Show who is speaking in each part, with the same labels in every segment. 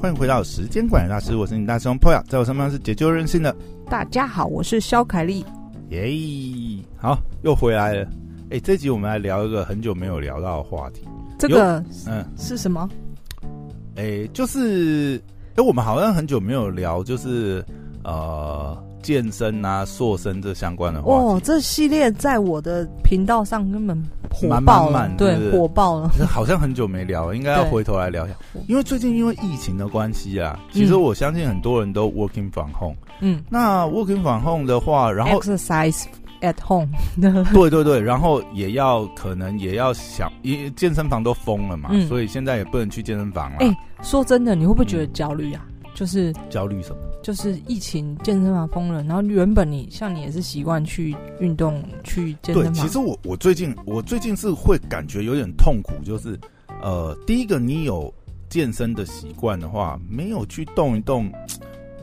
Speaker 1: 欢迎回到时间管理大师，我是你大师兄 Poya，在我身旁是解救任性的
Speaker 2: 大家好，我是肖凯丽。
Speaker 1: 耶好，又回来了。哎，这集我们来聊一个很久没有聊到的话题。
Speaker 2: 这个
Speaker 1: 嗯，
Speaker 2: 是什么？
Speaker 1: 哎，就是哎，我们好像很久没有聊，就是呃，健身啊、塑身这相关的话题。
Speaker 2: 哦，这系列在我的频道上根本哦火爆了，
Speaker 1: 满满满
Speaker 2: 对，
Speaker 1: 对不对
Speaker 2: 火爆了。
Speaker 1: 好像很久没聊，应该要
Speaker 2: 对
Speaker 1: 回头来聊一下。因为最近因为疫情的关系啊，其实
Speaker 2: 嗯
Speaker 1: 我相信很多人都 working from home。
Speaker 2: 嗯，
Speaker 1: 那 working from home 的话，然后
Speaker 2: exercise at home，
Speaker 1: 对对对，然后也要可能也要想，因为健身房都封了嘛，
Speaker 2: 嗯
Speaker 1: 所以现在也不能去健身房了。
Speaker 2: 哎说真的，你会不会觉得焦虑啊？就是
Speaker 1: 焦虑什么？
Speaker 2: 就是疫情健身房封了，然后原本你像你也是习惯去运动去健
Speaker 1: 对，
Speaker 2: 身
Speaker 1: 其
Speaker 2: 房，
Speaker 1: 实我我最近我最近是会感觉有点痛苦，就是呃，第一个你有健身的习惯的话，没有去动一动，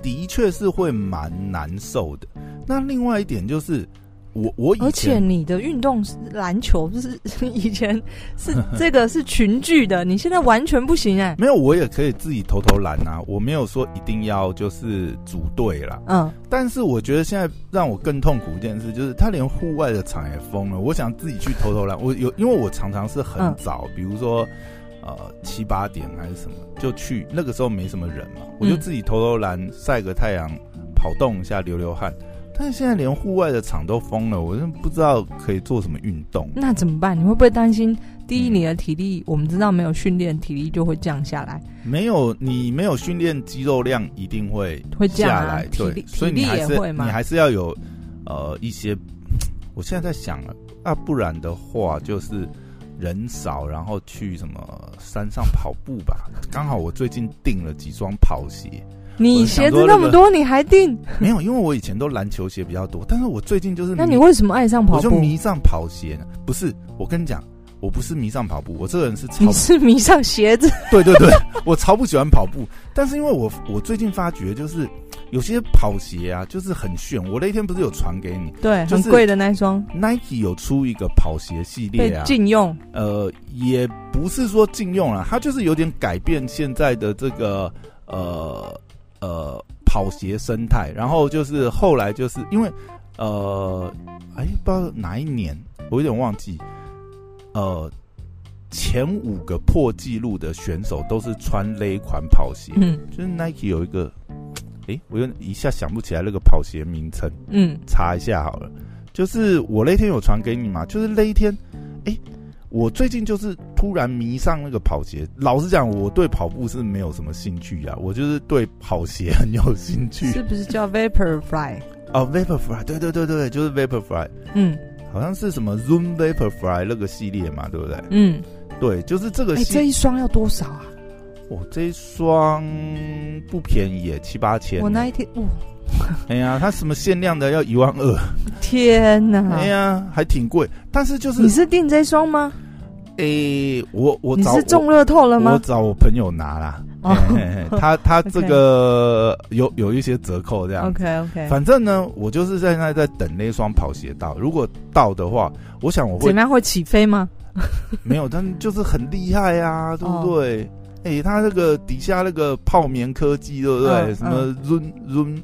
Speaker 1: 的确是会蛮难受的。那另外一点就是，我我以
Speaker 2: 而且
Speaker 1: 前
Speaker 2: 你的运动是篮球就是 以前是这个是群聚的，你现在完全不行哎、
Speaker 1: 没有，我也可以自己投投篮啊，我没有说一定要就是组队啦。
Speaker 2: 嗯，
Speaker 1: 但是我觉得现在让我更痛苦一件事，就是他连户外的场也封了。我想自己去投投篮，我有因为我常常是很
Speaker 2: 嗯
Speaker 1: 早，比如说呃七八点还是什么就去，那个时候没什么人嘛，我就自己投投篮，晒个太阳，跑动一下，流流汗。但是现在连户外的场都封了，我真的不知道可以做什么运动。
Speaker 2: 那怎么办？你会不会担心？第一，
Speaker 1: 嗯
Speaker 2: 你的体力，我们知道没有训练，体力就会降下来，
Speaker 1: 没有你没有训练肌肉量，一定会
Speaker 2: 会降
Speaker 1: 下
Speaker 2: 啊
Speaker 1: 来，，
Speaker 2: 体力
Speaker 1: 对，所
Speaker 2: 体
Speaker 1: 以你
Speaker 2: 力
Speaker 1: 还
Speaker 2: 也
Speaker 1: 是
Speaker 2: 会
Speaker 1: 你
Speaker 2: 嘛。
Speaker 1: 还是要有呃一些，我现在在想了，啊，不然的话就是人少，然后去什么山上跑步吧。 刚好我最近订了几双跑鞋，
Speaker 2: 你鞋子那么多，你还定？
Speaker 1: 没有，因为我以前都篮球鞋比较多，但是我最近就是
Speaker 2: 那
Speaker 1: 迷
Speaker 2: 你为什么爱上跑
Speaker 1: 我就
Speaker 2: 步？
Speaker 1: 迷上跑鞋呢？不是，我跟你讲。我不是迷上跑步，我这个人是超
Speaker 2: 你是迷上 鞋子？
Speaker 1: 对对对，我超不喜欢跑步，但是因为我我最近发觉就是有些跑鞋啊，就是很炫。我那天不是有传给你，
Speaker 2: 对，
Speaker 1: 就是
Speaker 2: 很贵的那一双
Speaker 1: Nike 有出一个跑鞋系
Speaker 2: 被
Speaker 1: 列啊，
Speaker 2: 禁用，
Speaker 1: 呃，也不是说禁用了，它就是有点改变现在的这个呃呃跑鞋生态。然后就是后来就是因为呃，哎，不知道哪一年，我有点忘记，呃。前五个破纪录的选手都是穿勒款跑鞋，
Speaker 2: 嗯
Speaker 1: 就是 Nike 有一个，诶，我有一下想不起来那个跑鞋名称。
Speaker 2: 嗯，
Speaker 1: 查一下好了。就是我那天有传给你嘛，就是那一天，哎、我最近就是突然迷上那个跑鞋。老实讲，我对跑步是没有什么兴趣啊，我就是对跑鞋很有兴趣
Speaker 2: 是不是叫 Vaporfly？
Speaker 1: 哦。Vaporfly，对对对对，就是 Vaporfly，
Speaker 2: 嗯
Speaker 1: 好像是什么 Zoom Vaporfly 那个系列嘛，对不对？
Speaker 2: 嗯，
Speaker 1: 对，就是这个
Speaker 2: 哎，这
Speaker 1: 系。
Speaker 2: 一双要多少啊？
Speaker 1: 我、这一双不便宜耶，七八千。
Speaker 2: 我那一天，哦哇，
Speaker 1: 哎呀，它什么限量的要一万二，
Speaker 2: 啊天哪
Speaker 1: 哎！呀，还挺贵。但是就是
Speaker 2: 你是订这一双吗？
Speaker 1: 诶、我我
Speaker 2: 你
Speaker 1: 找
Speaker 2: 是中乐透了
Speaker 1: 我
Speaker 2: 吗？
Speaker 1: 找我朋友拿啦，
Speaker 2: 哦
Speaker 1: 嘿嘿嘿 他他这个呃有有一些折扣这样。
Speaker 2: ，OK OK，
Speaker 1: 反正呢，我就是在那在等那双跑鞋到，如果到的话，我想我
Speaker 2: 怎
Speaker 1: 会
Speaker 2: 么样会起飞吗？
Speaker 1: 没有，但就是很厉害
Speaker 2: 哦
Speaker 1: 啊，对不对？诶、他那个底下那个泡棉科技，对不对？
Speaker 2: 嗯嗯
Speaker 1: 什么 run run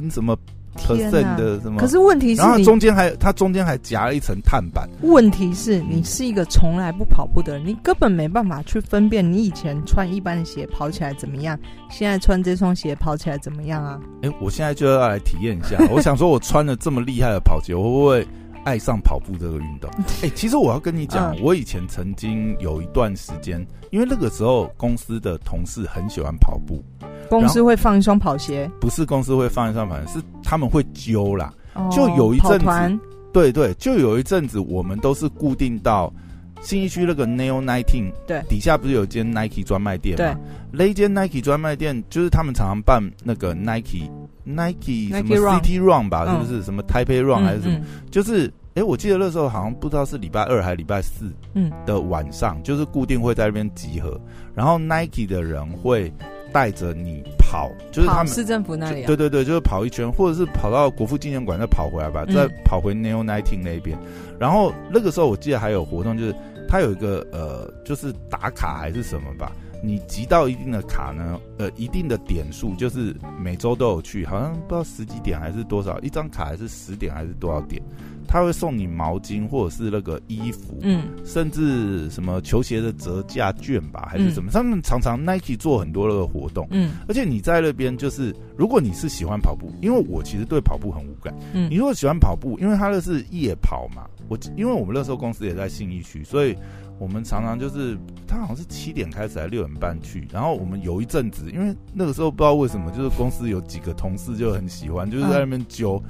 Speaker 1: run 什么
Speaker 2: 天
Speaker 1: percent
Speaker 2: 哪！
Speaker 1: 的什么，
Speaker 2: 可是问题是
Speaker 1: 然后它
Speaker 2: 你
Speaker 1: 中间还它中间还夹了一层碳板，
Speaker 2: 问题是你是一个从来不跑步的人，你根本没办法去分辨你以前穿一般的鞋跑起来怎么样，现在穿这双鞋跑起来怎么样啊？
Speaker 1: 哎、我现在就要来体验 一下。我想说，我穿了这么厉害的跑鞋，我会不会爱上跑步这个运动？ 哎、其实我要跟你讲，
Speaker 2: 嗯
Speaker 1: 我以前曾经有一段时间，因为那个时候公司的同事很喜欢跑步，
Speaker 2: 公司会放一双跑鞋，
Speaker 1: 不是公司会放一双跑鞋，是他们会揪啦。
Speaker 2: 哦
Speaker 1: 就有一阵子
Speaker 2: 跑团，
Speaker 1: 对对，就有一阵子我们都是固定到新一区那个 Neo Nineteen，
Speaker 2: 对
Speaker 1: 底下不是有一间 Nike 专卖店
Speaker 2: 对
Speaker 1: 吗？那一间 Nike 专卖店就是他们常常办那个 Nike Nike 什
Speaker 2: Nike
Speaker 1: 么
Speaker 2: Run
Speaker 1: City Run 吧，是
Speaker 2: 嗯
Speaker 1: 不是？什么 Taipei Run 还是什么？
Speaker 2: 嗯
Speaker 1: 就是哎、诶我记得那时候好像不知道是礼拜二还是礼拜四，
Speaker 2: 嗯
Speaker 1: 的晚上，就是固定会在那边集合，然后 Nike 的人会带着你跑，就是他
Speaker 2: 跑
Speaker 1: 们。
Speaker 2: 市政府那
Speaker 1: 就
Speaker 2: 里、啊
Speaker 1: 对，对对，就是跑一圈，或者是跑到国父纪念馆再跑回来吧，
Speaker 2: 嗯
Speaker 1: 再跑回 Neo Nineteen 那边。然后那个时候我记得还有活动，就是他有一个呃，就是打卡还是什么吧，你集到一定的卡呢，呃，一定的点数，就是每周都有去，好像不知道十几点还是多少，一张卡还是十点还是多少点，他会送你毛巾或者是那个衣服，
Speaker 2: 嗯
Speaker 1: 甚至什么球鞋的折价券吧，还是什么，他们常常 Nike 做很多那个活动。
Speaker 2: 嗯
Speaker 1: 而且你在那边就是，如果你是喜欢跑步，因为我其实对跑步很无感。
Speaker 2: 嗯，
Speaker 1: 你如果喜欢跑步，因为它那是夜跑嘛，我因为我们那时候公司也在信义区，所以我们常常就是它好像是七点开始还是六点半去，然后我们有一阵子，因为那个时候不知道为什么，就是公司有几个同事就很喜欢，就是在那边揪，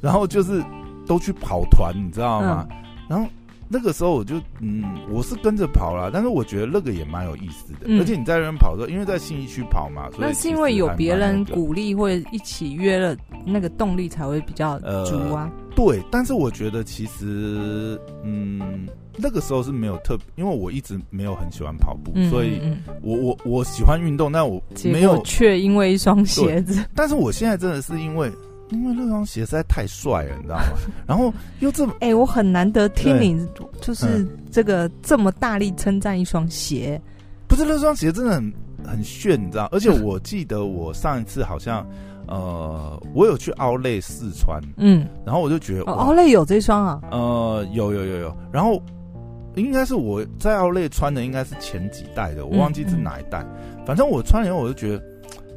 Speaker 1: 然后就是都去跑团，你知道
Speaker 2: 嗯
Speaker 1: 吗？然后。那个时候我就嗯，我是跟着跑啦，但是我觉得那个也蛮有意思的，
Speaker 2: 嗯
Speaker 1: 而且你在那边跑的时候，因为在信义区跑嘛，所以
Speaker 2: 那
Speaker 1: 其
Speaker 2: 是
Speaker 1: 实
Speaker 2: 因为有
Speaker 1: 还蛮
Speaker 2: 别人
Speaker 1: 那个
Speaker 2: 鼓励或者一起约了，那个动力才会比较足啊。
Speaker 1: 对，但是我觉得其实，嗯，那个时候是没有特别，因为我一直没有很喜欢跑步，
Speaker 2: 嗯，
Speaker 1: 呃所以
Speaker 2: 嗯嗯
Speaker 1: 我我我喜欢运动，但我没
Speaker 2: 结果
Speaker 1: 有。
Speaker 2: 却因为一双鞋子，
Speaker 1: 但是我现在真的是因为，因为那双鞋实在太帅了，你 知道吗？然后又这么，
Speaker 2: 哎、我很难得听
Speaker 1: 对嗯
Speaker 2: 你就是这个这么大力称赞一双鞋，
Speaker 1: 不是那双鞋真的很很炫，你知道？而且我记得我上一次好像，呃，我有去奥莱试穿，
Speaker 2: 嗯，
Speaker 1: 然后我就觉得哇
Speaker 2: 哦，奥莱有这双啊，
Speaker 1: 呃，有有有有，然后应该是我在奥莱穿的应该是前几代的，我忘记是哪一代，反正我穿了以后我就觉得。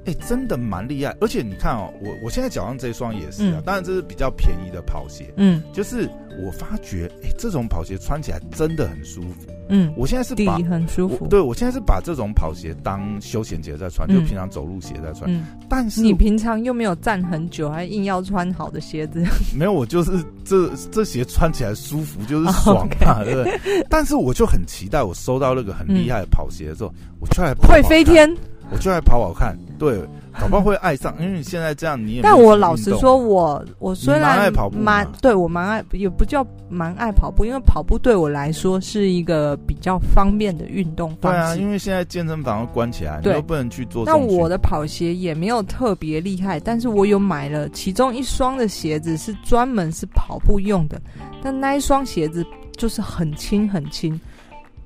Speaker 1: 哎、真的蛮厉害，而且你看哦，我我现在脚上这双也是啊，
Speaker 2: 嗯
Speaker 1: 当然这是比较便宜的跑鞋，
Speaker 2: 嗯
Speaker 1: 就是我发觉，哎、这种跑鞋穿起来真的很舒服。
Speaker 2: 嗯，
Speaker 1: 我现在是
Speaker 2: 底
Speaker 1: 把，
Speaker 2: 很舒
Speaker 1: 我
Speaker 2: 服，
Speaker 1: 对我现在是把这种跑鞋当休闲鞋在穿，
Speaker 2: 嗯
Speaker 1: 就平常走路鞋在穿。
Speaker 2: 嗯，
Speaker 1: 但是
Speaker 2: 你平常又没有站很久，还硬要穿好的 鞋子，
Speaker 1: 没有，我就是这这鞋穿起来舒服， 就是爽嘛，对不对？但是我就很期待，我收到那个很厉害的跑鞋的时候，我就来跑跑
Speaker 2: 会飞
Speaker 1: 看，
Speaker 2: 天。
Speaker 1: 我就来跑跑看，对，搞不好会爱上，因为你现在这样你也没有
Speaker 2: 但
Speaker 1: 什么运动。
Speaker 2: 我老实说，我我虽然
Speaker 1: 你蛮爱跑步吗
Speaker 2: 蛮对我蛮爱，也不叫蛮爱跑步，因为跑步对我来说是一个比较方便的运动
Speaker 1: 对
Speaker 2: 方
Speaker 1: 啊，
Speaker 2: 式。
Speaker 1: 因为现在健身房都关起来，你
Speaker 2: 对
Speaker 1: 又不能去做哎
Speaker 2: 那
Speaker 1: 重训。
Speaker 2: 我的跑鞋也没有特别厉害，但是我有买了其中一双的鞋子是专门是跑步用的，但那一双鞋子就是很轻很轻，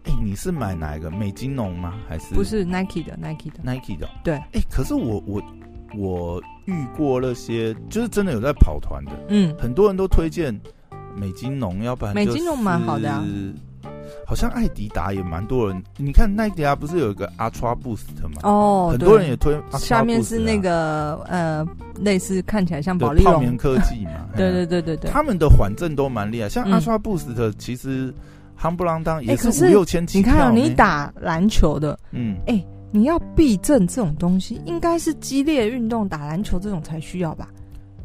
Speaker 1: 哎、你是买哪一个美津浓吗？还是
Speaker 2: 不是 Nike 的 Nike 的，
Speaker 1: Nike 的？
Speaker 2: 对
Speaker 1: 哎、可是我我我遇过那些就是真的有在跑团的，
Speaker 2: 嗯，
Speaker 1: 很多人都推荐美津浓，要不然
Speaker 2: 美津浓蛮好的啊。
Speaker 1: 嗯好像艾迪达也蛮多人，你看奈迪达不是有一个 Ultra Boost 吗？
Speaker 2: 哦，
Speaker 1: 很
Speaker 2: 对
Speaker 1: 多人也推 Ultra
Speaker 2: 下面是
Speaker 1: Boost 啊
Speaker 2: 那个呃，类似看起来像
Speaker 1: 对
Speaker 2: 保利
Speaker 1: 啊泡
Speaker 2: 龙
Speaker 1: 棉，科技
Speaker 2: 。
Speaker 1: 嘛
Speaker 2: 对
Speaker 1: 哎
Speaker 2: 对
Speaker 1: 呀，
Speaker 2: 对对对，
Speaker 1: 他们的缓震都蛮厉害，像
Speaker 2: 嗯
Speaker 1: Ultra Boost 其实夯不啷当也
Speaker 2: 哎可是
Speaker 1: 五六千起
Speaker 2: 你看、
Speaker 1: 跳
Speaker 2: 哦，
Speaker 1: 呢
Speaker 2: 你打篮球的，
Speaker 1: 嗯
Speaker 2: 你要避震这种东西，应该是激烈运动，打篮球这种才需要吧？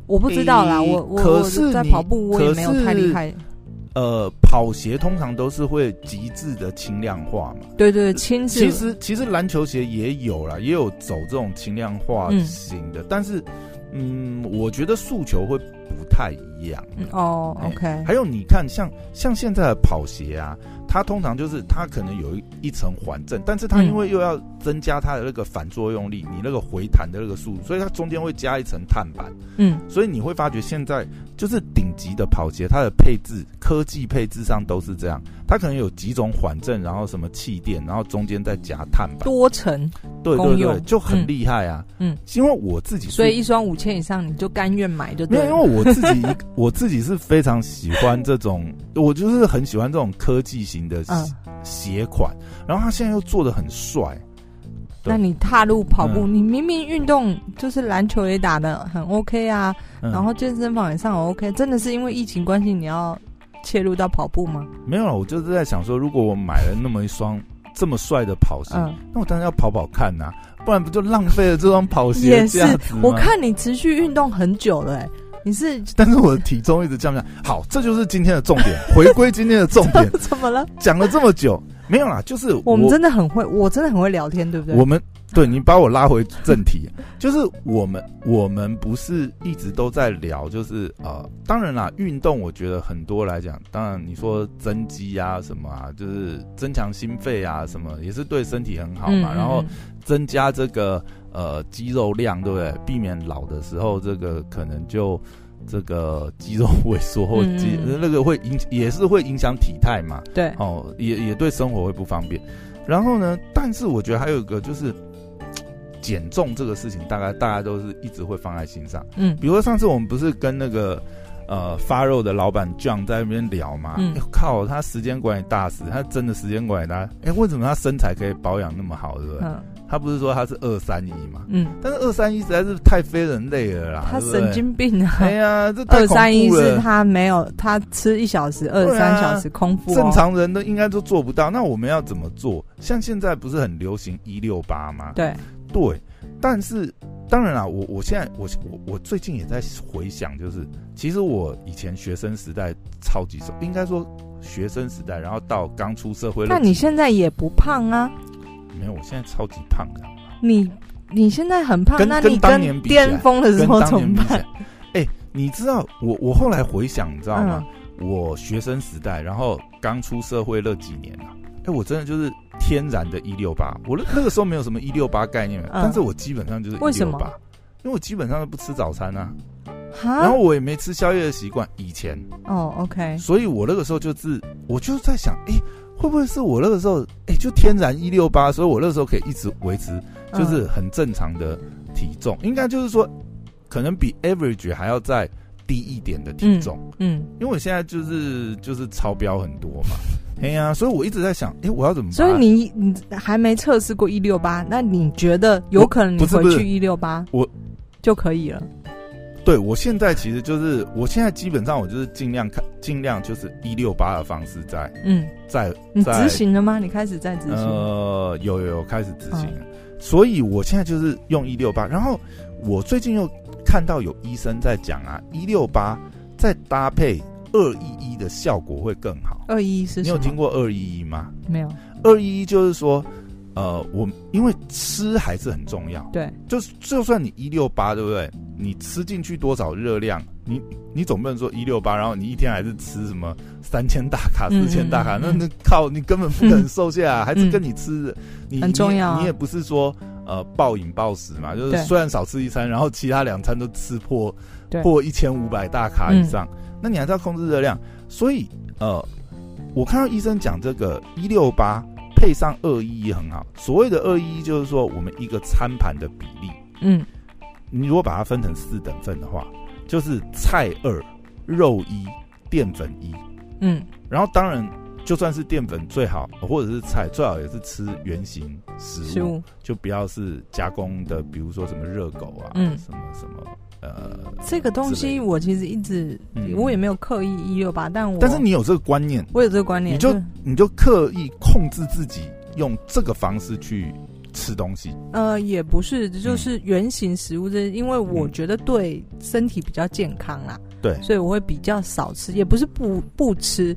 Speaker 2: 我不知道啦，
Speaker 1: 诶
Speaker 2: 我我
Speaker 1: 可
Speaker 2: 我
Speaker 1: 是
Speaker 2: 在
Speaker 1: 你
Speaker 2: 跑步，我也没有
Speaker 1: 可是
Speaker 2: 太厉害。
Speaker 1: 呃跑鞋通常都是会极致的轻量化嘛。
Speaker 2: 对对，对轻是
Speaker 1: 其实其实篮球鞋也有啦，也有走这种轻量化
Speaker 2: 嗯
Speaker 1: 型的，但是嗯，我觉得诉求会不太一样。
Speaker 2: 嗯哦
Speaker 1: 哎
Speaker 2: ，OK，
Speaker 1: 还有你看，像像现在的跑鞋啊，它通常就是它可能有一一层缓震，但是它
Speaker 2: 嗯
Speaker 1: 因为又要增加它的那个反作用力，你那个回弹的那个速度，所以它中间会加一层碳板，
Speaker 2: 嗯
Speaker 1: 所以你会发觉现在就是顶级的跑鞋，它的配置科技配置上都是这样，它可能有几种缓震，然后什么气垫，然后中间再加碳板，
Speaker 2: 多层，
Speaker 1: 对
Speaker 2: 公
Speaker 1: 对
Speaker 2: 用
Speaker 1: 对，就很
Speaker 2: 嗯
Speaker 1: 厉害啊。
Speaker 2: 嗯，
Speaker 1: 因为我自己是
Speaker 2: 所以一双五千以上你就甘愿买就
Speaker 1: 没有，
Speaker 2: 对
Speaker 1: 因
Speaker 2: 了。
Speaker 1: 为我自 己我自己是非常喜欢这种，我就是很喜欢这种科技型的
Speaker 2: 嗯，
Speaker 1: 鞋款，然后他现在又做的很帅，对
Speaker 2: 那你踏入跑步，
Speaker 1: 嗯
Speaker 2: 你明明运动就是篮球也打的很 OK 啊，
Speaker 1: 嗯、
Speaker 2: 然后健身房也上很 OK，真的是因为疫情关系你要切入到跑步吗？
Speaker 1: 没有了，我就是在想说，如果我买了那么一双 这么帅的跑鞋，
Speaker 2: 嗯，
Speaker 1: 那我当然要跑跑看呐、不然不就浪费了这双跑鞋
Speaker 2: 也
Speaker 1: 的
Speaker 2: 是
Speaker 1: 价值吗
Speaker 2: 我，看你持续运动很久了、欸，你是，
Speaker 1: 但是我的体重一直降不下。好，这就是今天的重点，回归今天的重点
Speaker 2: 怎么了？
Speaker 1: 讲了这么久，没有啦，就是
Speaker 2: 我们真的很会，我真的很会聊天，对不对？
Speaker 1: 我们对你把我拉回正题， 就是我们我们不是一直都在聊，就是呃，当然啦，运动我觉得很多来讲，当然你说增肌啊什么啊，就是增强心肺啊什么，也是对身体很好嘛。
Speaker 2: 嗯
Speaker 1: 然后
Speaker 2: 嗯
Speaker 1: 增加这个呃肌肉量，对不对？避免老的时候这个可能就这个肌肉萎缩或肌、
Speaker 2: 嗯
Speaker 1: 那个会影也是会影响体态嘛，
Speaker 2: 对，
Speaker 1: 哦，也也对生活会不方便。然后呢，但是我觉得还有一个就是。嘖减重这个事情，大概大家都是一直会放在心上。
Speaker 2: 嗯
Speaker 1: 比如说上次我们不是跟那个呃发肉的老板 John 在那边聊嘛？
Speaker 2: 嗯
Speaker 1: 哎靠，他时间管理大师，他真的时间管理大师。哎、为什么他身材可以保养那么好，对不对？
Speaker 2: 嗯
Speaker 1: 他不是说他是二三一嘛？
Speaker 2: 嗯，
Speaker 1: 但是二三一实在是太非人类了啦，
Speaker 2: 他
Speaker 1: 对不对
Speaker 2: 神。经病啊！
Speaker 1: 哎呀，这太
Speaker 2: 二三一
Speaker 1: 恐怖
Speaker 2: 是
Speaker 1: 了
Speaker 2: 他没有，他吃一小时，二
Speaker 1: 对
Speaker 2: 三
Speaker 1: 啊
Speaker 2: 小时空腹、哦，
Speaker 1: 正常人都应该都做不到。那我们要怎么做？像现在不是很流行一六八吗？
Speaker 2: 对，
Speaker 1: 对，但是当然啦，我我现在我我我最近也在回想，就是其实我以前学生时代超级瘦，应该说学生时代，然后到刚出社会了，
Speaker 2: 但你现在也不胖啊，
Speaker 1: 没有，我现在超级胖 的，
Speaker 2: 你你现在很胖，
Speaker 1: 跟
Speaker 2: 那
Speaker 1: 跟
Speaker 2: 你
Speaker 1: 当年比起来
Speaker 2: 巅峰的时
Speaker 1: 跟
Speaker 2: 候
Speaker 1: 当
Speaker 2: 怎
Speaker 1: 年
Speaker 2: 么
Speaker 1: 比起
Speaker 2: 办？
Speaker 1: 来，哎、你知道我我后来回想，你知道吗
Speaker 2: 嗯？
Speaker 1: 我学生时代，然后刚出社会那几年啊，哎、我真的就是天然的一六八，我那那个时候没有什么一六八概念，啊
Speaker 2: 嗯
Speaker 1: 但是我基本上就是
Speaker 2: 为
Speaker 1: 一
Speaker 2: 什
Speaker 1: 六
Speaker 2: 么
Speaker 1: 八，因为我基本上都不吃早餐啊。
Speaker 2: 嗯哈，
Speaker 1: 然后我也没吃宵夜的习惯，以前，
Speaker 2: 哦，OK，
Speaker 1: 所以我那个时候就是，我就在想，哎、会不会是我那个时候，哎、就天然一六八，所以我那时候可以一直维持，
Speaker 2: 嗯
Speaker 1: 就是很正常的体重，应该就是说，可能比 average 还要再低一点的体重，
Speaker 2: 嗯，
Speaker 1: 因为我现在就是就是超标很多嘛，哎呀、所以我一直在想，哎、我要怎么把它？
Speaker 2: 所以你你还没测试过一六八，那你觉得有可能你
Speaker 1: 不是
Speaker 2: 回
Speaker 1: 不是
Speaker 2: 去一六八，
Speaker 1: 我
Speaker 2: 就可以了，
Speaker 1: 对我现在其实就是，我现在基本上我就是尽量看，尽量就是一六八的方式在
Speaker 2: 嗯，
Speaker 1: 在
Speaker 2: 你
Speaker 1: 在
Speaker 2: 执行了吗？你开始在执行，哦
Speaker 1: 呃，有有有开始执行了，所以我现在就是用一六八。然后我最近又看到有医生在讲啊，一六八再搭配二一一的效果会更好。
Speaker 2: 二一是
Speaker 1: 你
Speaker 2: 什
Speaker 1: 有
Speaker 2: 么？
Speaker 1: 听过二一一吗？
Speaker 2: 没有？
Speaker 1: 二一一就是说，呃，我因为吃还是很重要，
Speaker 2: 对，
Speaker 1: 就是就算你一六八，对不对？你吃进去多少热量，你你总不能说一六八，然后你一天还是吃什么三千大卡、
Speaker 2: 嗯
Speaker 1: 四千大卡，
Speaker 2: 嗯
Speaker 1: 那
Speaker 2: 嗯
Speaker 1: 那靠你根本不可能瘦下来，还是跟你吃的，你
Speaker 2: 很重要啊
Speaker 1: 你也，你也不是说呃暴饮暴食嘛，就是
Speaker 2: 对
Speaker 1: 虽然少吃一餐，然后其他两餐都吃破
Speaker 2: 对
Speaker 1: 破一千五百大卡以上，那你还是要控制热量。所以呃，我看到医生讲这个一六八配上二一一很好，所谓的二一一就是说我们一个餐盘的比例。
Speaker 2: 嗯
Speaker 1: 你如果把它分成四等份的话，就是菜二、肉一、淀粉一，
Speaker 2: 嗯
Speaker 1: 然后当然就算是淀粉最好，或者是菜最好也是吃原形食物，
Speaker 2: 十五
Speaker 1: 就不要是加工的，比如说什么热狗啊，
Speaker 2: 嗯
Speaker 1: 什么什么呃，
Speaker 2: 这个东
Speaker 1: 之类
Speaker 2: 西，
Speaker 1: 的
Speaker 2: 我其实一直
Speaker 1: 嗯
Speaker 2: 我也没有刻意一六八，但我
Speaker 1: 但是你有这个观念，
Speaker 2: 我有这个观念，
Speaker 1: 你就
Speaker 2: 对
Speaker 1: 你就刻意控制自己用这个方式去吃东西，
Speaker 2: 呃，也不是，
Speaker 1: 嗯
Speaker 2: 就是原型食物这，因为我觉得对身体比较健康啦，
Speaker 1: 对
Speaker 2: 所以我会比较少吃，也不是不不吃，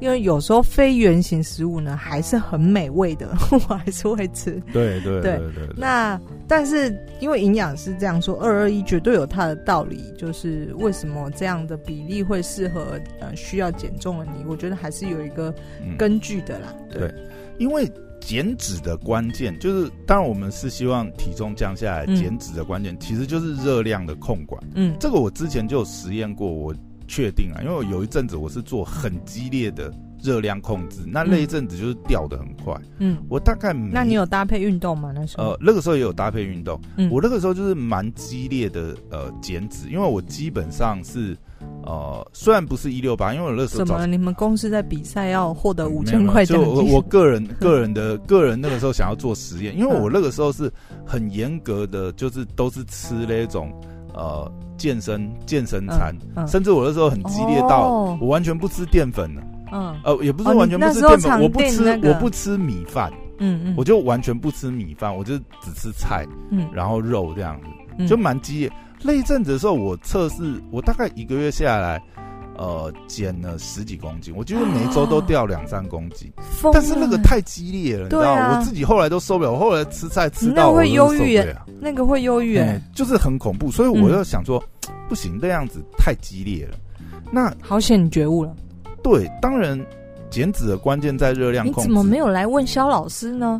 Speaker 2: 因为有时候非原型食物呢还是很美味的， 我还是会吃。
Speaker 1: 对对
Speaker 2: 对
Speaker 1: 对
Speaker 2: 那但是因为营养师这样说，二二一绝对有它的道理，就是为什么这样的比例会适合呃需要减重的你，我觉得还是有一个
Speaker 1: 嗯
Speaker 2: 根据的啦。
Speaker 1: 对因为减脂的关键就是，当然我们是希望体重降下来，
Speaker 2: 嗯
Speaker 1: 减脂的关键其实就是热量的控管。
Speaker 2: 嗯
Speaker 1: 这个我之前就有实验过，我确定啊，因为我有一阵子我是做很激烈的热量控制，那那一阵子就是掉的很快。
Speaker 2: 嗯，
Speaker 1: 我大概每
Speaker 2: 那你有搭配运动吗？那时候
Speaker 1: 呃那个时候也有搭配运动，
Speaker 2: 嗯
Speaker 1: 我那个时候就是蛮激烈的呃减脂，因为我基本上是呃虽然不是一六八，因为我那时候
Speaker 2: 什
Speaker 1: 早
Speaker 2: 么？你们公司在比赛要获得五
Speaker 1: 没有
Speaker 2: 千
Speaker 1: 没有啊
Speaker 2: 块奖
Speaker 1: 就我
Speaker 2: 金？
Speaker 1: 我个 人个人的个人那个时候想要做实验，因为
Speaker 2: 嗯
Speaker 1: 我那个时候是很严格的，就是都是吃那种呃健身健身餐，
Speaker 2: 嗯
Speaker 1: 甚至我那时候很激烈到、
Speaker 2: 哦
Speaker 1: 我完全不吃淀粉了，
Speaker 2: 嗯
Speaker 1: 呃，也不是说
Speaker 2: 哦
Speaker 1: 完全不
Speaker 2: 你
Speaker 1: 吃
Speaker 2: 那时候
Speaker 1: 淀粉，
Speaker 2: 常
Speaker 1: 我不
Speaker 2: 订
Speaker 1: 吃、
Speaker 2: 那个
Speaker 1: 我不吃米饭，
Speaker 2: 嗯嗯，
Speaker 1: 我就完全不吃米饭，我就只吃菜，
Speaker 2: 嗯
Speaker 1: 然后肉这样子。
Speaker 2: 嗯
Speaker 1: 就蛮激烈。那一阵子的时候，我测试，我大概一个月下来，呃，减了十几公斤，我几乎每周都掉两三公斤。
Speaker 2: 疯
Speaker 1: 但是那个
Speaker 2: 了
Speaker 1: 太激烈了，你知
Speaker 2: 哦对
Speaker 1: 道吗，
Speaker 2: 啊
Speaker 1: 我自己后来都受不了，我后来吃菜吃
Speaker 2: 那
Speaker 1: 到我
Speaker 2: 会忧郁嗯耶
Speaker 1: 对啊，
Speaker 2: 那个会忧郁欸，
Speaker 1: 嗯就是很恐怖。所以我就想说，不行，这样子太激烈了。那
Speaker 2: 好险你觉悟了。
Speaker 1: 对，当然减脂的关键在热量
Speaker 2: 你
Speaker 1: 控制。
Speaker 2: 怎么没有来问肖老师呢？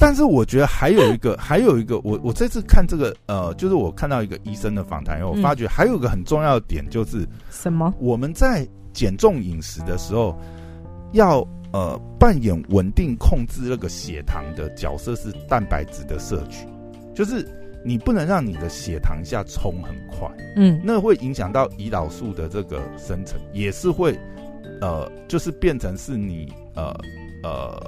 Speaker 1: 但是我觉得还有一个， 还有一个，我我这次看这个，呃，就是我看到一个医生的访谈以后，我
Speaker 2: 嗯
Speaker 1: 发觉还有一个很重要的点，就是
Speaker 2: 什么？
Speaker 1: 我们在减重饮食的时候，要呃扮演稳定控制那个血糖的角色是蛋白质的摄取，就是你不能让你的血糖一下冲很快。
Speaker 2: 嗯
Speaker 1: 那会影响到胰岛素的这个生成，也是会，呃，就是变成是你呃呃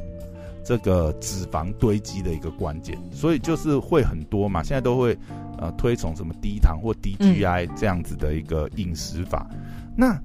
Speaker 1: 这个脂肪堆积的一个关键，所以就是会很多嘛，现在都会呃推崇什么低糖或低 GI 这样子的一个饮食法，那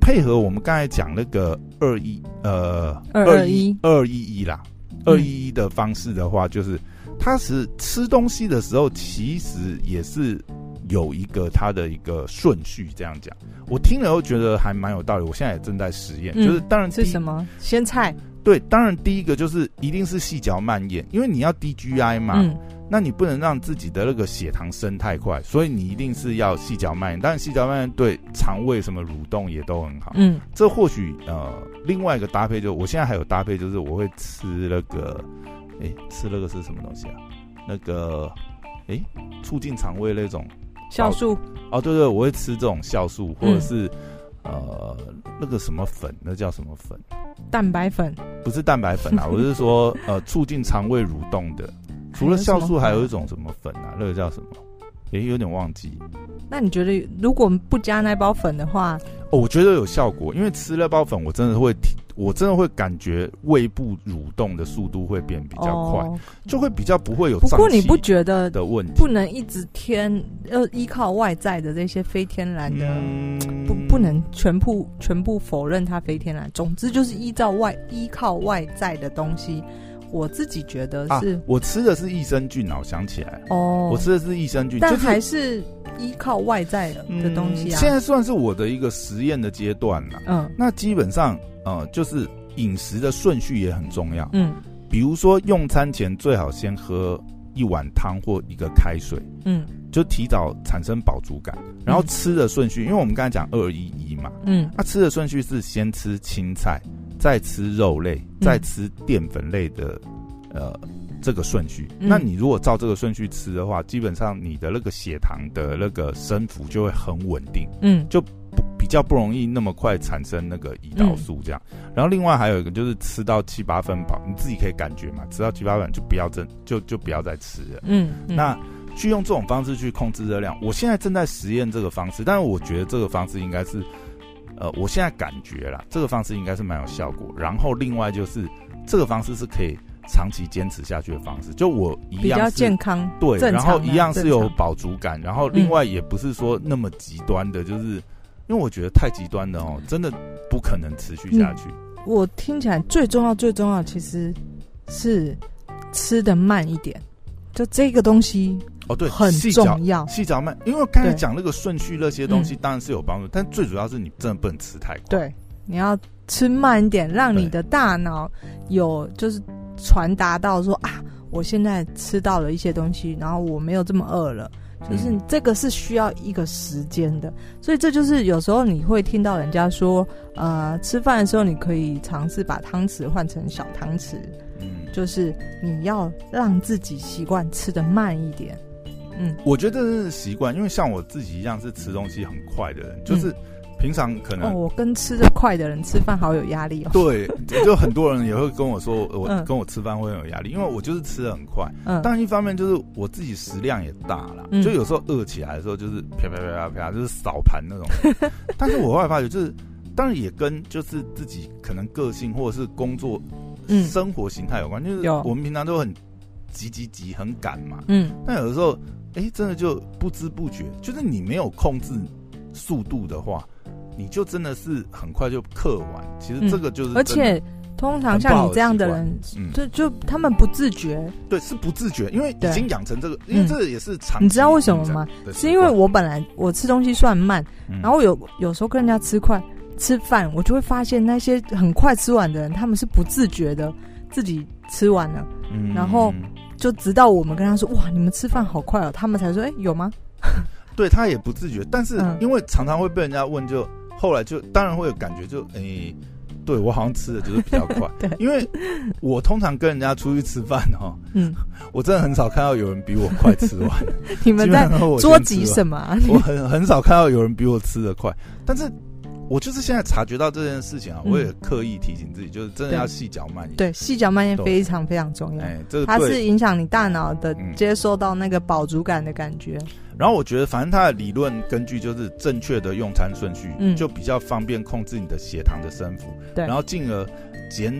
Speaker 1: 配合我们刚才讲那个二一呃
Speaker 2: 221
Speaker 1: 二一一啦，
Speaker 2: 嗯
Speaker 1: 二一一的方式的话，就是它是吃东西的时候，其实也是有一个它的一个顺序。这样讲，我听了又觉得还蛮有道理。我现在也正在实验，
Speaker 2: 嗯
Speaker 1: 就是当然第
Speaker 2: 是
Speaker 1: 一
Speaker 2: 什么？鲜菜。
Speaker 1: 对，当然第一个就是一定是细嚼慢咽，因为你要低 GI 嘛，
Speaker 2: 嗯
Speaker 1: 那你不能让自己的那个血糖升太快，所以你一定是要细嚼慢咽。但是细嚼慢咽对肠胃什么蠕动也都很好。
Speaker 2: 嗯
Speaker 1: 这或许呃，另外一个搭配就我现在还有搭配，就是我会吃那个，哎、吃那个是什么东西啊？那个，哎、促进肠胃那种。
Speaker 2: 酵素。
Speaker 1: 哦，对对，我会吃这种酵素，或者
Speaker 2: 嗯
Speaker 1: 是、呃那个什么粉，那叫什么粉？
Speaker 2: 蛋白粉，
Speaker 1: 不是蛋白粉啊，我是说呃促进肠胃蠕动的。除了酵素，还有一
Speaker 2: 种。
Speaker 1: 种什么粉啊？那个叫什么？也有点忘记
Speaker 2: 那你觉得，如果不加那包粉的话，
Speaker 1: 哦。我觉得有效果，因为吃了包粉，我真的会提，我真的会感觉胃部蠕动的速度会变比较快，
Speaker 2: 哦、
Speaker 1: 就会比较不会有
Speaker 2: 不
Speaker 1: 胀
Speaker 2: 过你
Speaker 1: 气
Speaker 2: 不觉得
Speaker 1: 的问题，
Speaker 2: 不能一直天呃依靠外在的这些非天然的，
Speaker 1: 嗯
Speaker 2: 不不能全部全部否认它非天然。总之就是依照外依靠外在的东西，我自己觉得
Speaker 1: 啊
Speaker 2: 是、。
Speaker 1: 我吃的是益生菌啊，我想起来了，
Speaker 2: 哦
Speaker 1: 我，吃的是益生菌，
Speaker 2: 但
Speaker 1: 就是
Speaker 2: 还是依靠外在的的东西
Speaker 1: 嗯
Speaker 2: 啊。
Speaker 1: 现在算是我的一个实验的阶段了。
Speaker 2: 嗯
Speaker 1: 那基本上，呃，就是饮食的顺序也很重要。
Speaker 2: 嗯
Speaker 1: 比如说，用餐前最好先喝一碗汤或一个开水，
Speaker 2: 嗯
Speaker 1: 就提早产生饱足感。然后吃的顺序，因为我们刚才讲二一一嘛，
Speaker 2: 嗯
Speaker 1: 那吃的顺序是先吃青菜，再吃肉类，再吃淀粉类的，呃，这个顺序。
Speaker 2: 嗯
Speaker 1: 那你如果照这个顺序吃的话，基本上你的那个血糖的那个升幅就会很稳定。
Speaker 2: 嗯
Speaker 1: 不比较不容易那么快产生那个胰岛素这样。然后另外还有一个就是吃到七八分饱，你自己可以感觉嘛，吃到七八分就不要真就就不要再吃了。
Speaker 2: 嗯，嗯
Speaker 1: 那去用这种方式去控制热量，我现在正在实验这个方式，但是我觉得这个方式应该是，呃，我现在感觉啦，这个方式应该是蛮有效果。然后另外就是这个方式是可以长期坚持下去的方式，就我一
Speaker 2: 嗯比
Speaker 1: 样
Speaker 2: 较
Speaker 1: 是
Speaker 2: 健康，
Speaker 1: 对，
Speaker 2: 正
Speaker 1: 然后
Speaker 2: 常啊
Speaker 1: 一样是有
Speaker 2: 正常嗯
Speaker 1: 饱足感，然后另外也不是说那么极端的，就是因为我觉得太极端的
Speaker 2: 嗯
Speaker 1: 哦，真的不可能持续下去。
Speaker 2: 我听起来最重要、最重要其实是吃的慢一点，就这个东西
Speaker 1: 哦，对，
Speaker 2: 很
Speaker 1: 细嚼
Speaker 2: 重要。
Speaker 1: 细嚼慢，因为刚才
Speaker 2: 对嗯
Speaker 1: 讲那个顺序那些东西当然是有帮助，但最主要是你真的不能吃太快。，
Speaker 2: 对，你要吃慢一点，让
Speaker 1: 对
Speaker 2: 你的大脑有就是传达到说啊，我现在吃到了一些东西，然后我没有这么饿了。就是
Speaker 1: 嗯
Speaker 2: 这个是需要一个时间的，所以这就是有时候你会听到人家说，呃，吃饭的时候你可以尝试把汤匙换成小汤匙，
Speaker 1: 嗯，
Speaker 2: 就是你要让自己习惯吃的慢一点。嗯
Speaker 1: 我觉得这是习惯，因为像我自己一样是吃东西很快的人，就是平常可
Speaker 2: 嗯哦，
Speaker 1: 能。
Speaker 2: 我跟吃的快的人吃饭好有压力哦。
Speaker 1: 对，就很多人也会跟我说，我
Speaker 2: 嗯
Speaker 1: 跟我吃饭会很有压力，因为我就是吃的很快，
Speaker 2: 嗯，
Speaker 1: 当然，一方面就是我自己食量也大啦，
Speaker 2: 嗯
Speaker 1: 就有时候饿起来的时候，就是啪啪啪啪啪，就是扫盘那种。 但是我后来发觉，就是当然也跟就是自己可能个性或者是工作、
Speaker 2: 嗯
Speaker 1: 生活形态有关，就是
Speaker 2: 有
Speaker 1: 我们平常都很急急急、很赶嘛，
Speaker 2: 嗯
Speaker 1: 但有的时候，哎、真的就不知不觉，就是你没有控制速度的话，你就真的是很快就嗑完。其实
Speaker 2: 嗯
Speaker 1: 这个就是真的、
Speaker 2: 而且通常像你这样的人，
Speaker 1: 嗯
Speaker 2: 就就他们不自觉，
Speaker 1: 对是不自觉，因为已
Speaker 2: 对
Speaker 1: 经养成这个，因为
Speaker 2: 嗯
Speaker 1: 这个也是长期
Speaker 2: 你知道为什么
Speaker 1: 形成
Speaker 2: 吗？
Speaker 1: 的习
Speaker 2: 是因为
Speaker 1: 惯
Speaker 2: 我本来我吃东西算慢，
Speaker 1: 嗯
Speaker 2: 然后有有时候跟人家吃快吃饭，我就会发现那些很快吃完的人，他们是不自觉的自己吃完了，
Speaker 1: 嗯
Speaker 2: 然后就直到我们跟他说哇，你们吃饭好快哦，他们才说哎、有吗？
Speaker 1: 对他也不自觉，但是
Speaker 2: 嗯
Speaker 1: 因为常常会被人家问就，后来就当然会有感觉就，诶对我好像吃的就是比较快
Speaker 2: 对，
Speaker 1: 因为我通常跟人家出去吃饭哦，
Speaker 2: 嗯，
Speaker 1: 我真的很少看到有人比我快吃完，
Speaker 2: 你们
Speaker 1: 基本
Speaker 2: 在
Speaker 1: 上都我
Speaker 2: 捉
Speaker 1: 先吃
Speaker 2: 急
Speaker 1: 完
Speaker 2: 什么啊？
Speaker 1: 我很很少看到有人比我吃的快，但是我就是现在察觉到这件事情啊，
Speaker 2: 嗯
Speaker 1: 我也刻意提醒自己，就是真的
Speaker 2: 对
Speaker 1: 要细嚼慢咽。
Speaker 2: 对，细嚼慢咽
Speaker 1: 对
Speaker 2: 非常非常重要，
Speaker 1: 哎，这
Speaker 2: 它
Speaker 1: 个
Speaker 2: 是
Speaker 1: 对。
Speaker 2: 影响你大脑的
Speaker 1: 嗯
Speaker 2: 接收到那个饱足感的感觉。
Speaker 1: 然后我觉得，反正它的理论根据就是正确的用餐顺序，
Speaker 2: 嗯
Speaker 1: 就比较方便控制你的血糖的升幅，
Speaker 2: 对
Speaker 1: 然后进而减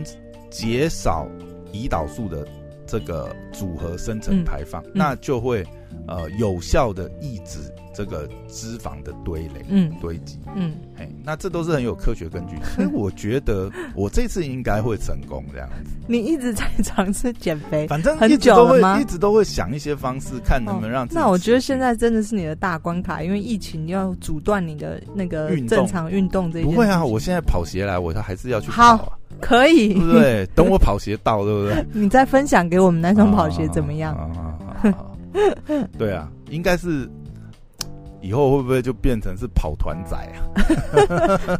Speaker 1: 减少胰岛素的这个组合生成
Speaker 2: 嗯
Speaker 1: 排放，那就会呃有效的抑制这个脂肪的堆垒
Speaker 2: 嗯
Speaker 1: 堆积。
Speaker 2: 嗯，
Speaker 1: 哎，那这都是很有科学 根据，所以我觉得我这次应该会成功这样子。
Speaker 2: 你一直在
Speaker 1: 嗯
Speaker 2: 尝试减肥，
Speaker 1: 反正
Speaker 2: 哎很
Speaker 1: 一直都
Speaker 2: 久了
Speaker 1: 会
Speaker 2: 吗哦
Speaker 1: 一直都会想一些方式，看能不能让自己、
Speaker 2: 那我觉得现在真的是你的大关卡，因为疫情要阻断你的那个
Speaker 1: 运动
Speaker 2: 正常运动这一
Speaker 1: 不
Speaker 2: 件
Speaker 1: 会啊，
Speaker 2: 事情
Speaker 1: 我现在跑鞋来，我还是要去跑、
Speaker 2: 好
Speaker 1: 啊，
Speaker 2: 可以
Speaker 1: 对，不对？等我跑鞋到，对不对？
Speaker 2: 你再分享给我们 那
Speaker 1: 那
Speaker 2: 双跑鞋怎么样？
Speaker 1: 啊啊啊啊 啊啊对啊，应该是以后会不会就变成是跑团仔啊？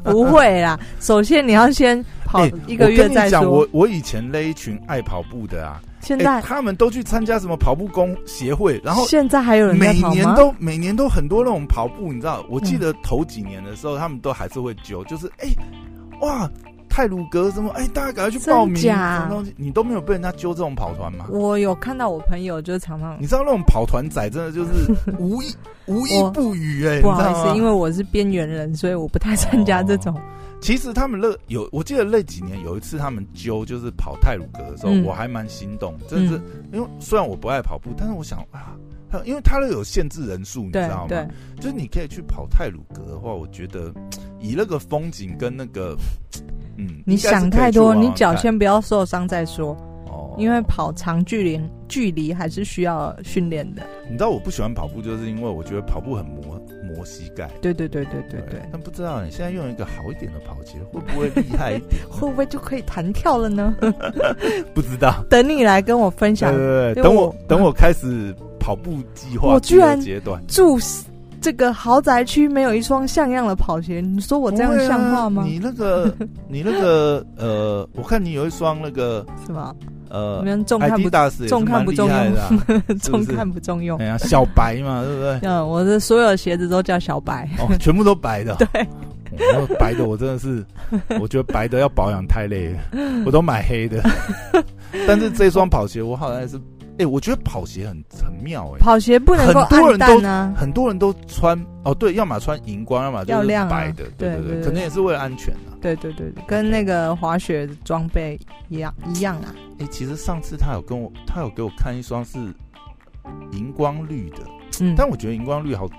Speaker 2: 不会啦，首先你要先跑
Speaker 1: 哎
Speaker 2: 一个
Speaker 1: 我
Speaker 2: 月
Speaker 1: 跟
Speaker 2: 再
Speaker 1: 你讲，
Speaker 2: 说
Speaker 1: 我。我以前那一群爱跑步的啊，
Speaker 2: 现
Speaker 1: 哎
Speaker 2: 在
Speaker 1: 他们都去参加什么跑步工协会，然后
Speaker 2: 现在还有人在
Speaker 1: 每
Speaker 2: 跑
Speaker 1: 年
Speaker 2: 吗？
Speaker 1: 都每年都很多那种跑步，你知道？我记得头几年的时候，他们都还是会揪，就是哎、哇，泰鲁格什么哎、大家赶快去报名，
Speaker 2: 真
Speaker 1: 什
Speaker 2: 假
Speaker 1: 么东西？你都没有被人家揪这种跑团吗？
Speaker 2: 我有看到我朋友就是常常
Speaker 1: 你知道那种跑团仔真的就是 无一无一
Speaker 2: 我
Speaker 1: 不语哎、你知
Speaker 2: 不好意
Speaker 1: 道吗？哦
Speaker 2: 思，因为我是边缘人，所以我不太参加这种。
Speaker 1: 其实他们那有，我记得那几年有一次他们揪就是跑泰鲁格的时候，
Speaker 2: 嗯
Speaker 1: 我还蛮心动，真的是、因为虽然我不爱跑步，但是我想啊，他因为他那有限制人数，你知
Speaker 2: 对
Speaker 1: 道吗？
Speaker 2: 对，
Speaker 1: 就是你可以去跑泰鲁格的话，我觉得以那个风景跟那个，嗯，
Speaker 2: 你
Speaker 1: 应该是可以
Speaker 2: 想
Speaker 1: 去
Speaker 2: 太多，
Speaker 1: 玩玩
Speaker 2: 你脚
Speaker 1: 看
Speaker 2: 先不要受伤再说，
Speaker 1: 哦，
Speaker 2: 因为跑长距离距离还是需要训练的。
Speaker 1: 你知道我不喜欢跑步，就是因为我觉得跑步很磨磨膝盖。
Speaker 2: 对对对对对对，
Speaker 1: 但不知道你现在用一个好一点的跑鞋会不会厉害一 点？
Speaker 2: 会不会就可以弹跳了呢？
Speaker 1: 不知道。
Speaker 2: 等你来跟我分
Speaker 1: 对
Speaker 2: 享。
Speaker 1: 对
Speaker 2: 因为
Speaker 1: 对，等我
Speaker 2: 我
Speaker 1: 等我开始跑步计划
Speaker 2: 我居然
Speaker 1: 第二阶段，
Speaker 2: 住这个豪宅区没有一双像样的跑鞋，你说我这样像话吗
Speaker 1: 不会啊？你那个你那个呃，我看你有一双那个
Speaker 2: 是吧？
Speaker 1: 呃
Speaker 2: 你，们重
Speaker 1: 艾
Speaker 2: 看
Speaker 1: 迪
Speaker 2: 不
Speaker 1: 达斯也是
Speaker 2: 重看
Speaker 1: 蛮
Speaker 2: 不
Speaker 1: 厉
Speaker 2: 重
Speaker 1: 害
Speaker 2: 用
Speaker 1: 的啊，是不
Speaker 2: 重
Speaker 1: 是
Speaker 2: 看不重用
Speaker 1: 哎。呀，小白嘛，对不 对？
Speaker 2: 嗯，我的所有鞋子都叫小白。
Speaker 1: 哦，全部都白的。
Speaker 2: 对
Speaker 1: 哦，然后白的我真的 是，我觉得白的要保养太累了，我都买黑的。 但是这双跑鞋我好像是，哎、我觉得跑鞋很很妙哎、
Speaker 2: 跑鞋不能够
Speaker 1: 很多
Speaker 2: 暗
Speaker 1: 人都
Speaker 2: 淡啊，
Speaker 1: 很多人都穿哦，对，要么穿荧光，要么就
Speaker 2: 要
Speaker 1: 是
Speaker 2: 亮啊
Speaker 1: 白的，对
Speaker 2: 对对
Speaker 1: 对，
Speaker 2: 对
Speaker 1: 可能也是为了安全啊。
Speaker 2: 对对对，对跟那个滑雪装备一样一样啊。
Speaker 1: 哎、其实上次他有跟我，他有给我看一双是荧光绿的，
Speaker 2: 嗯，
Speaker 1: 但我觉得荧光绿好哦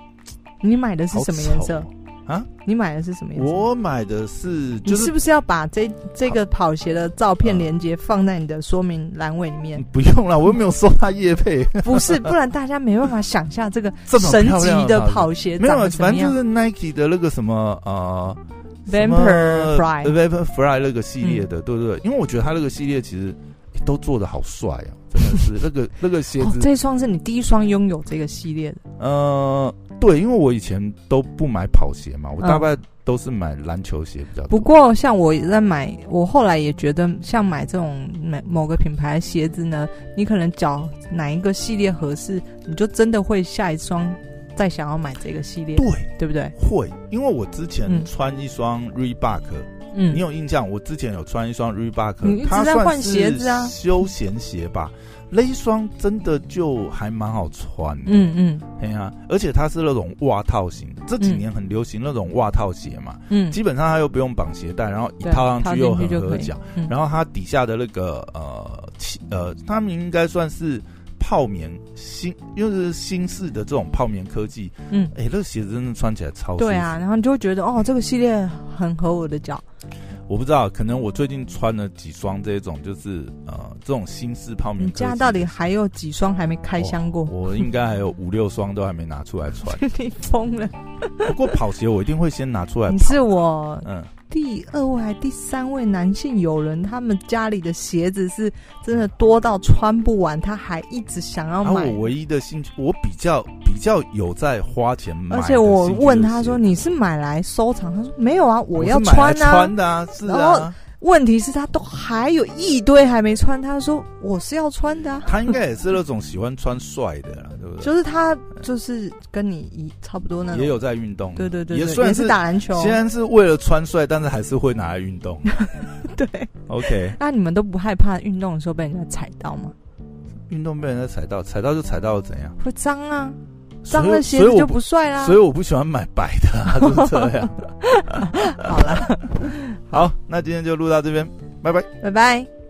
Speaker 2: 你买的是
Speaker 1: 好
Speaker 2: 什么颜
Speaker 1: 丑
Speaker 2: 色
Speaker 1: 哦？
Speaker 2: 你买的是什么颜色？
Speaker 1: 我买的是就
Speaker 2: 你
Speaker 1: 是
Speaker 2: 是不是要把这这个跑鞋的照片
Speaker 1: 嗯
Speaker 2: 链接放在你的说明栏位里面？
Speaker 1: 不用了，我又没有收他叶配，
Speaker 2: 不是，不然大家没办法想象这个
Speaker 1: 这么
Speaker 2: 神
Speaker 1: 漂
Speaker 2: 级
Speaker 1: 亮
Speaker 2: 的
Speaker 1: 鞋
Speaker 2: 跑鞋
Speaker 1: 没有
Speaker 2: 长
Speaker 1: 啊，
Speaker 2: 得什
Speaker 1: 反
Speaker 2: 么
Speaker 1: 正就
Speaker 2: 样。
Speaker 1: 是 Nike 的那个什么呃
Speaker 2: Vapor Fry，
Speaker 1: Vapor Fly 那个系列的，
Speaker 2: 嗯
Speaker 1: 对不对？因为我觉得它那个系列其实诶都做的好帅啊， 真的是那个那个鞋
Speaker 2: 哦
Speaker 1: 子，，
Speaker 2: 这双是你第一双拥有这个系列的。
Speaker 1: 呃，对，因为我以前都不买跑鞋嘛，我
Speaker 2: 嗯
Speaker 1: 大概都是买篮球鞋比较多。
Speaker 2: 不过像我也在买，我后来也觉得，像买这种买某个品牌的鞋子呢，你可能找哪一个系列合适，你就真的会下一双再想要买这个系列，
Speaker 1: 对
Speaker 2: 对不对？
Speaker 1: 会，因为我之前
Speaker 2: 嗯
Speaker 1: 穿一双 Reebok，、
Speaker 2: 嗯
Speaker 1: 你有印象？我之前有穿一双 Reebok，
Speaker 2: 你一直
Speaker 1: 它
Speaker 2: 在
Speaker 1: 算
Speaker 2: 换鞋
Speaker 1: 是
Speaker 2: 子啊
Speaker 1: 休闲鞋吧。那一双真的就还蛮好穿的，
Speaker 2: 嗯嗯
Speaker 1: 哎呀、而且它是那种袜套型，这几
Speaker 2: 嗯
Speaker 1: 年很流行那种袜套鞋嘛，
Speaker 2: 嗯，
Speaker 1: 基本上它又不用绑鞋带，然后一
Speaker 2: 对
Speaker 1: 套上
Speaker 2: 套
Speaker 1: 去又
Speaker 2: 进去
Speaker 1: 很
Speaker 2: 就可
Speaker 1: 合
Speaker 2: 以
Speaker 1: 脚，
Speaker 2: 嗯
Speaker 1: 然后它底下的那个呃气呃，他们应该算是泡棉新，又是新式的这种泡棉科技，
Speaker 2: 嗯，
Speaker 1: 哎、那个鞋子真的穿起来超舒服
Speaker 2: 对啊，，然后你就会觉得哦，这个系列很合我的脚，
Speaker 1: 我不知道，可能我最近穿了几双这种就是呃这种新式泡棉
Speaker 2: 你
Speaker 1: 科技的，
Speaker 2: 家到底还有几双还没开箱 过？
Speaker 1: 嗯我应该还有五六双都还没拿出来穿，
Speaker 2: 你疯了！
Speaker 1: 不过跑鞋我一定会先拿出来
Speaker 2: 你
Speaker 1: 跑
Speaker 2: 是我
Speaker 1: 嗯。
Speaker 2: 第二位还第三位男性友人，他们家里的鞋子是真的多到穿不完，他还一直想要
Speaker 1: 然后
Speaker 2: 哦买。
Speaker 1: 啊我唯一的兴趣，我比较比较有在花钱买
Speaker 2: 而
Speaker 1: 的兴趣
Speaker 2: 且
Speaker 1: 就是鞋子，
Speaker 2: 我问他说：“你是买来收藏？”他说：“没有啊，
Speaker 1: 我
Speaker 2: 要
Speaker 1: 穿
Speaker 2: 穿啊。
Speaker 1: 穿的啊，是啊，
Speaker 2: 问题是他都还有一堆还没穿，他说我是要穿的、啊，
Speaker 1: 他应该也是那种喜欢穿帅的啦，啊对不对？
Speaker 2: 就是他就是跟你一差不多那种，
Speaker 1: 也有在运动，啊
Speaker 2: 对对对
Speaker 1: 也
Speaker 2: 对，
Speaker 1: 虽然
Speaker 2: 是打篮球，
Speaker 1: 虽然是为了穿帅，但是还是会拿来运动。
Speaker 2: 对。
Speaker 1: OK，
Speaker 2: 那你们都不害怕运动的时候被人家踩到吗？
Speaker 1: 运动被人家踩到，踩到就踩到了怎样？
Speaker 2: 会脏啊，
Speaker 1: 所
Speaker 2: 脏
Speaker 1: 以
Speaker 2: 了鞋子
Speaker 1: 所以
Speaker 2: 就
Speaker 1: 我不
Speaker 2: 不啊帅啦
Speaker 1: 所。以我不喜欢买白的、啊， 就是这样。
Speaker 2: 好了，
Speaker 1: 好，那今天就录到这边，拜拜。
Speaker 2: 拜拜。